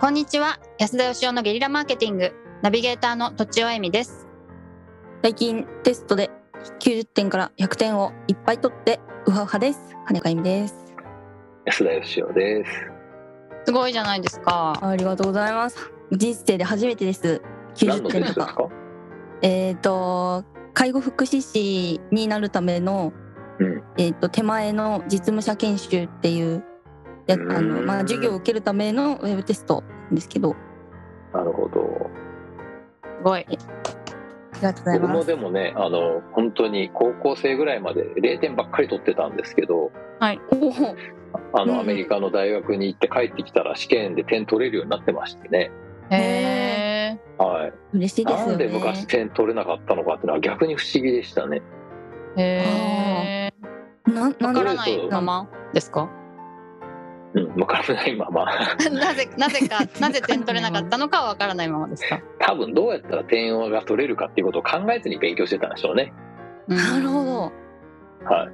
こんにちは安田義雄のゲリラマーケティングナビゲーターのとちおえみです最近テストで90点から100点をいっぱい取ってウハウハです羽根由美です安田義雄 です。すごいじゃないですかありがとうございます人生で初めてです何90のテ点スとトですかか？えっ、と介護福祉士になるための、うんえっ、と手前の実務者研修っていうやあうーんのまあ授業を受けるためのウェブテストなんですけどなるほど。すごいありがとうござい僕まもすでもね、あの本当に高校生ぐらいまで0点ばっかり取ってたんですけど、おーあうんのアメリカの大学に行って帰ってきたら試験で点取れるようになってましてね。へーはい。嬉しいですなよんで昔ね点取れなかったのかっていうのは逆に不思議でしたね。へなーわなんかだらろないままですかうん、わからないまま。なぜなぜ かなぜ点取れなかったのかはわからないままですか多分どうやったら点が取れるかっていうことを考えずに勉強してたんでしょうね。うなるほどはい。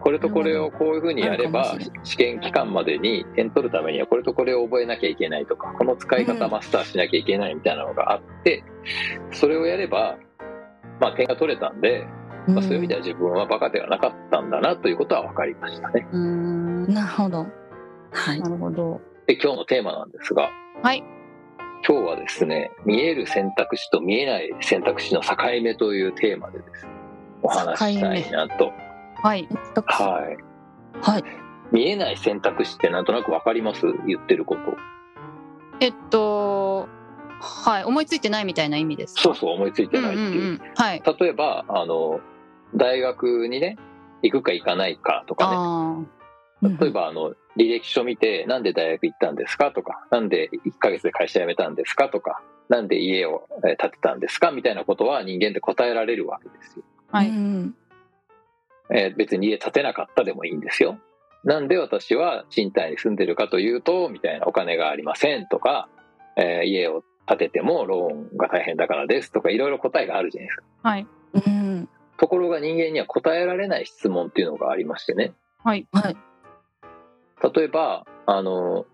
これとこれをこういうふうにやれあばるかもし試験期間までに点取るためにはこれとこれを覚えなきゃいけないとかこの使い方うんマスターしなきゃいけないみたいなのがあってそれをやればまあ点が取れたんで、まあ、そういう意味では自分はバカではなかったんだなということは分かりましたね。うーんなるほどはいなるほどで今日のテーマなんですがはい今日はですね見える選択肢と見えない選択肢の境目というテーマでですねお話ししたいなと。はいははいい見えない選択肢ってなんとなく分かります言ってること。えっとはい思いついてないみたいな意味ですかそうそう思いついてうんないっうてんいうう,、んはい例えばあの大学にね行くか行かないかとかねあ例えばあの履歴書見てなんで大学行ったんですかとかなんで1ヶ月で会社辞めたんですかとかなんで家をえー建てたんですかみたいなことは人間って答えられるわけですよ、ーはういんえー別に家建てなかったでもいいんですよなんで私は賃貸に住んでるかというとみたいなお金がありませんとか、えー家を建ててもローンが大変だからですとかいろいろ答えがあるじゃないですかはいうんところが人間には答えられない質問っていうのがありましてねはいはい例えばあの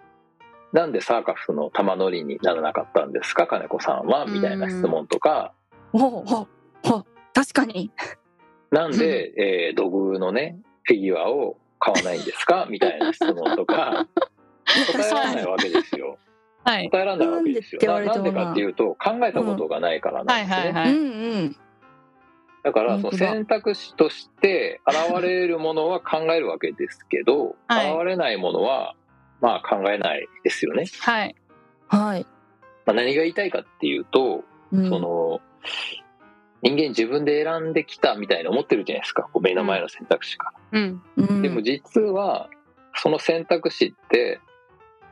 なんでサーカスの玉乗りにならなかったんですか金子さんはうんみたいな質問とか、ほうほうほう確かになんで、えー土偶のねフィギュアを買わないんですかみたいな質問 とか答えられないわけですよはい答えられないわけですよななんでって言われなてんもでなかっていうと考えたことがないからなんですね、はいはいはいうんうんだから本そ当のだ選択肢として現れるものは考えるわけですけど、はい現れないものはまあ考えないですよね。はいはい、まあ、何が言いたいかっていうと、うんその人間自分で選んできたみたいな思ってるじゃないですかこう目の前の選択肢かうんうんら。でも実はその選択肢って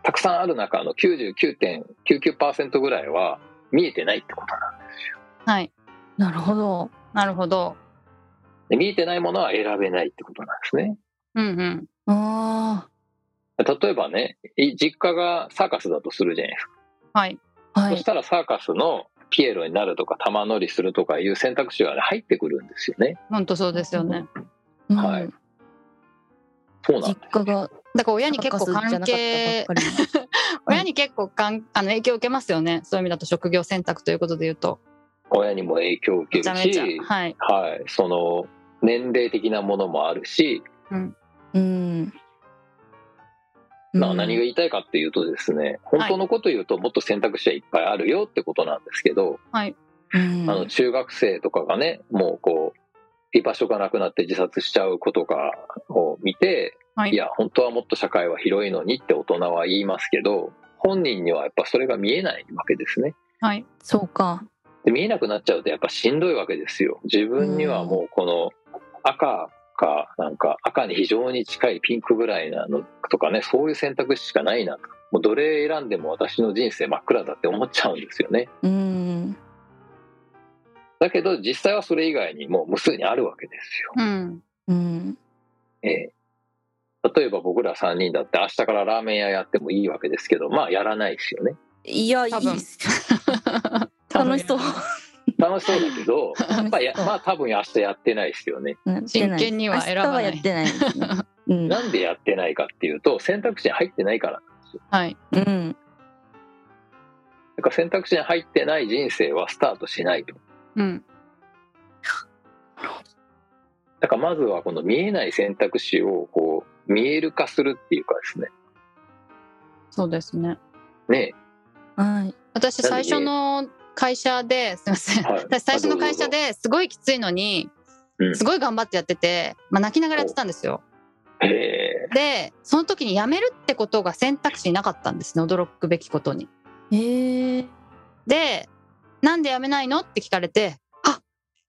たくさんある中の99.99%ぐらいは見えてないってことなんですよ。はいなるほどなるほどで見えてないものは選べないってことなんですね。うんうんあ例えばねい実家がサーカスだとするじゃないですか、はいあはそしいたらサーカスのピエロになるとか玉乗りするとかいう選択肢は入ってくるんですよね本当そうですよねうんはいそうなん実です家がだから親に結構関係サーカスじゃなかったばっか親に結構かんあの影響を受けますよねそういう意味だと職業選択ということで言うと親にも影響を受めけちゃるめちゃし、はいはい、その年齢的なものもあるし、りうんまあ、何が言いたいかっていうとですね本当のこと言うともっと選択肢はいっぱいあるよってことなんですけど、うんあの中学生とかがねもうこう居場所がなくなって自殺しちゃう子とかを見てはいいや本当はもっと社会は広いのにって大人は言いますけど本人にはやっぱそれが見えないわけですねはいそうかで見えなくなっちゃうとやっぱしんどいわけですよ自分にはもうこの赤かなんか赤に非常に近いピンクぐらいなのとかねそういう選択肢しかないなともうどれ選んでも私の人生真っ暗だって思っちゃうんですよねうんだけど実際はそれ以外にもう無数にあるわけですようんうんええ例えば僕ら3人だって明日からラーメン屋やってもいいわけですけどまあやらないですよねいやい多分いっす 楽しそう楽しそうだけ どしそうまあやまあ多分明日やってないですよね真剣には選ばない明日はやってないですねうんなんでやってないかっていうと選択肢に入ってないからはいうんだから選択肢に入ってない人生はスタートしないと。うん。だからまずはこの見えない選択肢をこう見える化するっていうかですね。そうですね。ねはい。私なんで最初の会社ですいません、はい私 最初の会社ですごいきついのにうんすごい頑張ってやってて、まあ、泣きながらやってたんですよえ。えでその時に辞めるってことが選択肢になかったんですね驚くべきことにええ。でなんで辞めないのって聞かれてあ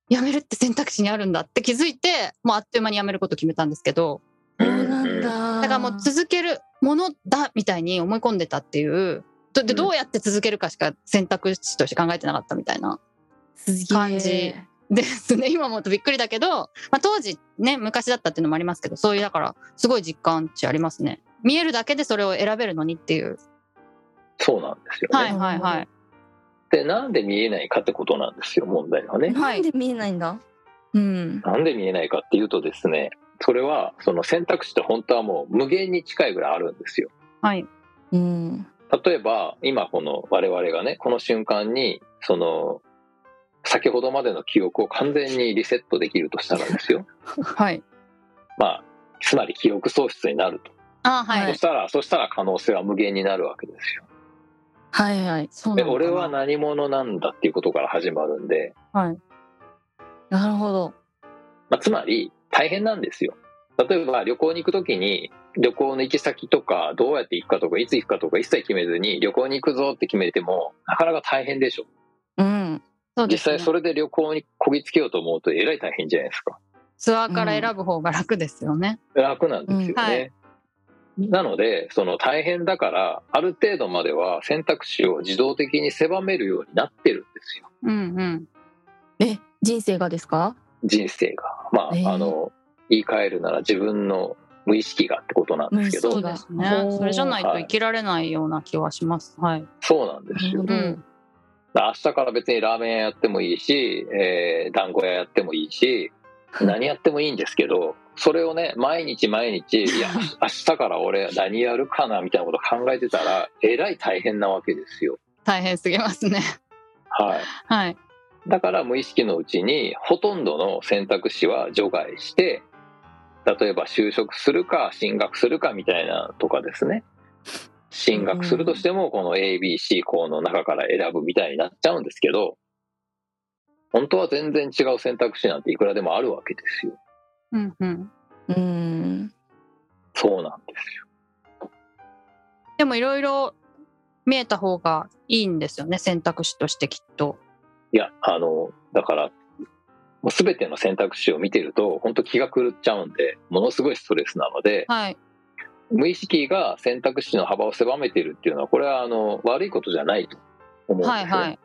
辞めるって選択肢にあるんだって気づいてもうあっという間に辞めること決めたんですけどそーうなんだ。だからもう続けるものだみたいに思い込んでたっていうどでうんどうやって続けるかしか選択肢として考えてなかったみたいな すげえ感じですね今思うとびっくりだけど、まあ、当時ね昔だったっていうのもありますけどそういうだからすごい実感値ありますね見えるだけでそれを選べるのにっていうそうなんですよね。はいはいはいでなんで見えないかってことなんですよ問題はね。なんで見えないんだ。うん。なんで見えないかっていうとですねそれはその選択肢って本当はもう無限に近いぐらいあるんですよ。はいうん。例えば今この我々がねこの瞬間にその先ほどまでの記憶を完全にリセットできるとしたらですよ はいまあつまり記憶喪失になると、あーはい、そしたらそしたら可能性は無限になるわけですよ。はいはい。そうでなのかな俺は何者なんだっていうことから始まるんで、はいなるほど。まあ、つまり大変なんですよ。例えば旅行に行くときに旅行の行き先とかどうやって行くかとかいつ行くかとか一切決めずに旅行に行くぞって決めてもなかなか大変でしょ。うん。そう実です、ね、際それで旅行にこぎつけようと思うとえらい大変じゃないですか。ツアーから選ぶ方が楽ですよね、楽なんですうよね。んはいなのでその大変だからある程度までは選択肢を自動的に狭めるようになってるんですようん、うんえ、人生がですか。人生が。まあ,、えーあの言い換えるなら自分の無意識がってことなんですけそ無意どう識がですねほうそれじゃないと生きられないような気はしますはい、そうなんですよ。なるほうどん、明日から別にラーメン屋やってもいいし、えー団子屋やってもいいし何やってもいいんですけどそれをね毎日毎日いや明日から俺何やるかなみたいなこと考えてたらえらい大変なわけですよ。大変すぎますね はい、はいだから無意識のうちにほとんどの選択肢は除外して例えば就職するか進学するかみたいなとかですね進学するとしてもこの ABC 校の中から選ぶみたいになっちゃうんですけど本当は全然違う選択肢なんていくらでもあるわけですようんうんうん。そうなんですよでもいろいろ見えた方がいいんですよね選択肢としてきっと。いやあのだからもう全ての選択肢を見てると本当気が狂っちゃうんでものすごいストレスなのではい。無意識が選択肢の幅を狭めてるっていうのはこれはあの悪いことじゃないと思うんですよ、はいはい。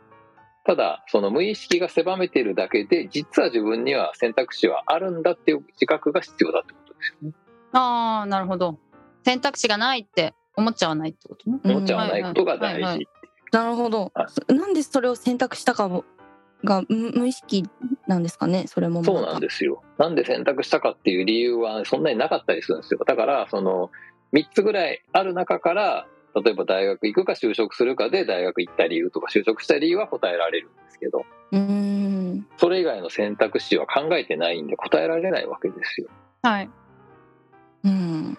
ただその無意識が狭めてるだけで実は自分には選択肢はあるんだっていう自覚が必要だってことですよねああ、なるほど。選択肢がないって思っちゃわないってことね。うん思っちゃわないことが大事、はいはいなるほどはい。なんでそれを選択したかも。がむ無意識なんですかね。それも。そうなんでですよなんで選択したかっていう理由はそんなになかったりするんですよだからその3つぐらいある中から例えば大学行くか就職するかで大学行った理由とか就職した理由は答えられるんですけどす。うん。それ以外の選択肢は考えてないんで答えられないわけですよはい。うん。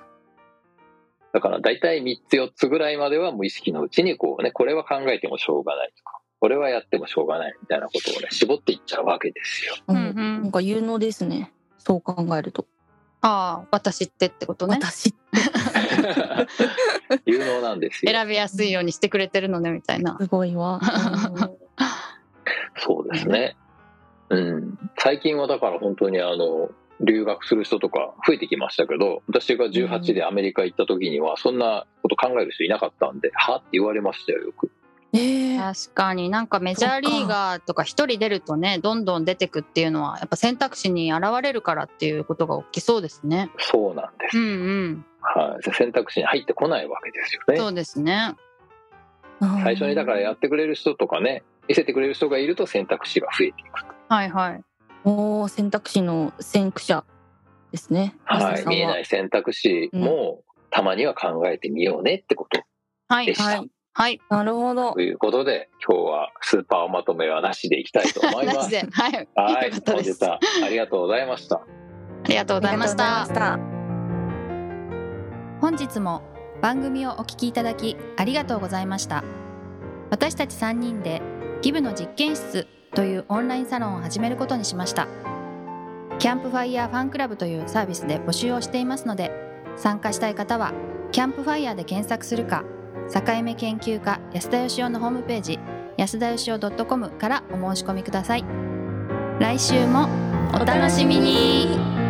だから大体3つ4つぐらいまでは無意識のうちにこうね、これは考えてもしょうがないとか、これはやってもしょうがないみたいなことをね、絞っていっちゃうわけです よ。うんう。なんんか有能ですね。そう考えると。ああ、私ってってことね。私。有能なんですよ。選びやすいようにしてくれてるのねみたいな。すごい わ。そうですね。うん。最近はだから本当にあの、留学する人とか増えてきましたけど、私が18でアメリカ行った時には、そんなこと考える人いなかったんで、はって言われましたよ、よく。ええ。確かになんかメジャーリーガーとか一人出るとねどんどん出てくっていうのはやっぱ選択肢に現れるからっていうことが大きそうですね。そうなんです。うんうん。はい。選択肢に入ってこないわけですよね。そうですね。最初にだからやってくれる人とかね見せてくれる人がいると選択肢が増えていくとはいはい。おお選択肢の先駆者ですね。は安田い、さん見えない選択肢もたまには考えてみようねってことはいでしはた、い。はい。なるほどと。いうことで、今日はスーパーおまとめはなしでいきたいと思いま なしす。で。はい。は よい、かった本です日。はありがとうございました。ありがとうございましたありがとうご。ざいました。本日も番組をお聞きいただきありがとうございました私たち3人でギブの実験室というオンラインサロンを始めることにしましたキャンプファイヤーファンクラブというサービスで募集をしていますので参加したい方はキャンプファイヤーで検索するか境目研究家安田義雄のホームページ安田義雄 .com からお申し込みください来週もお楽しみに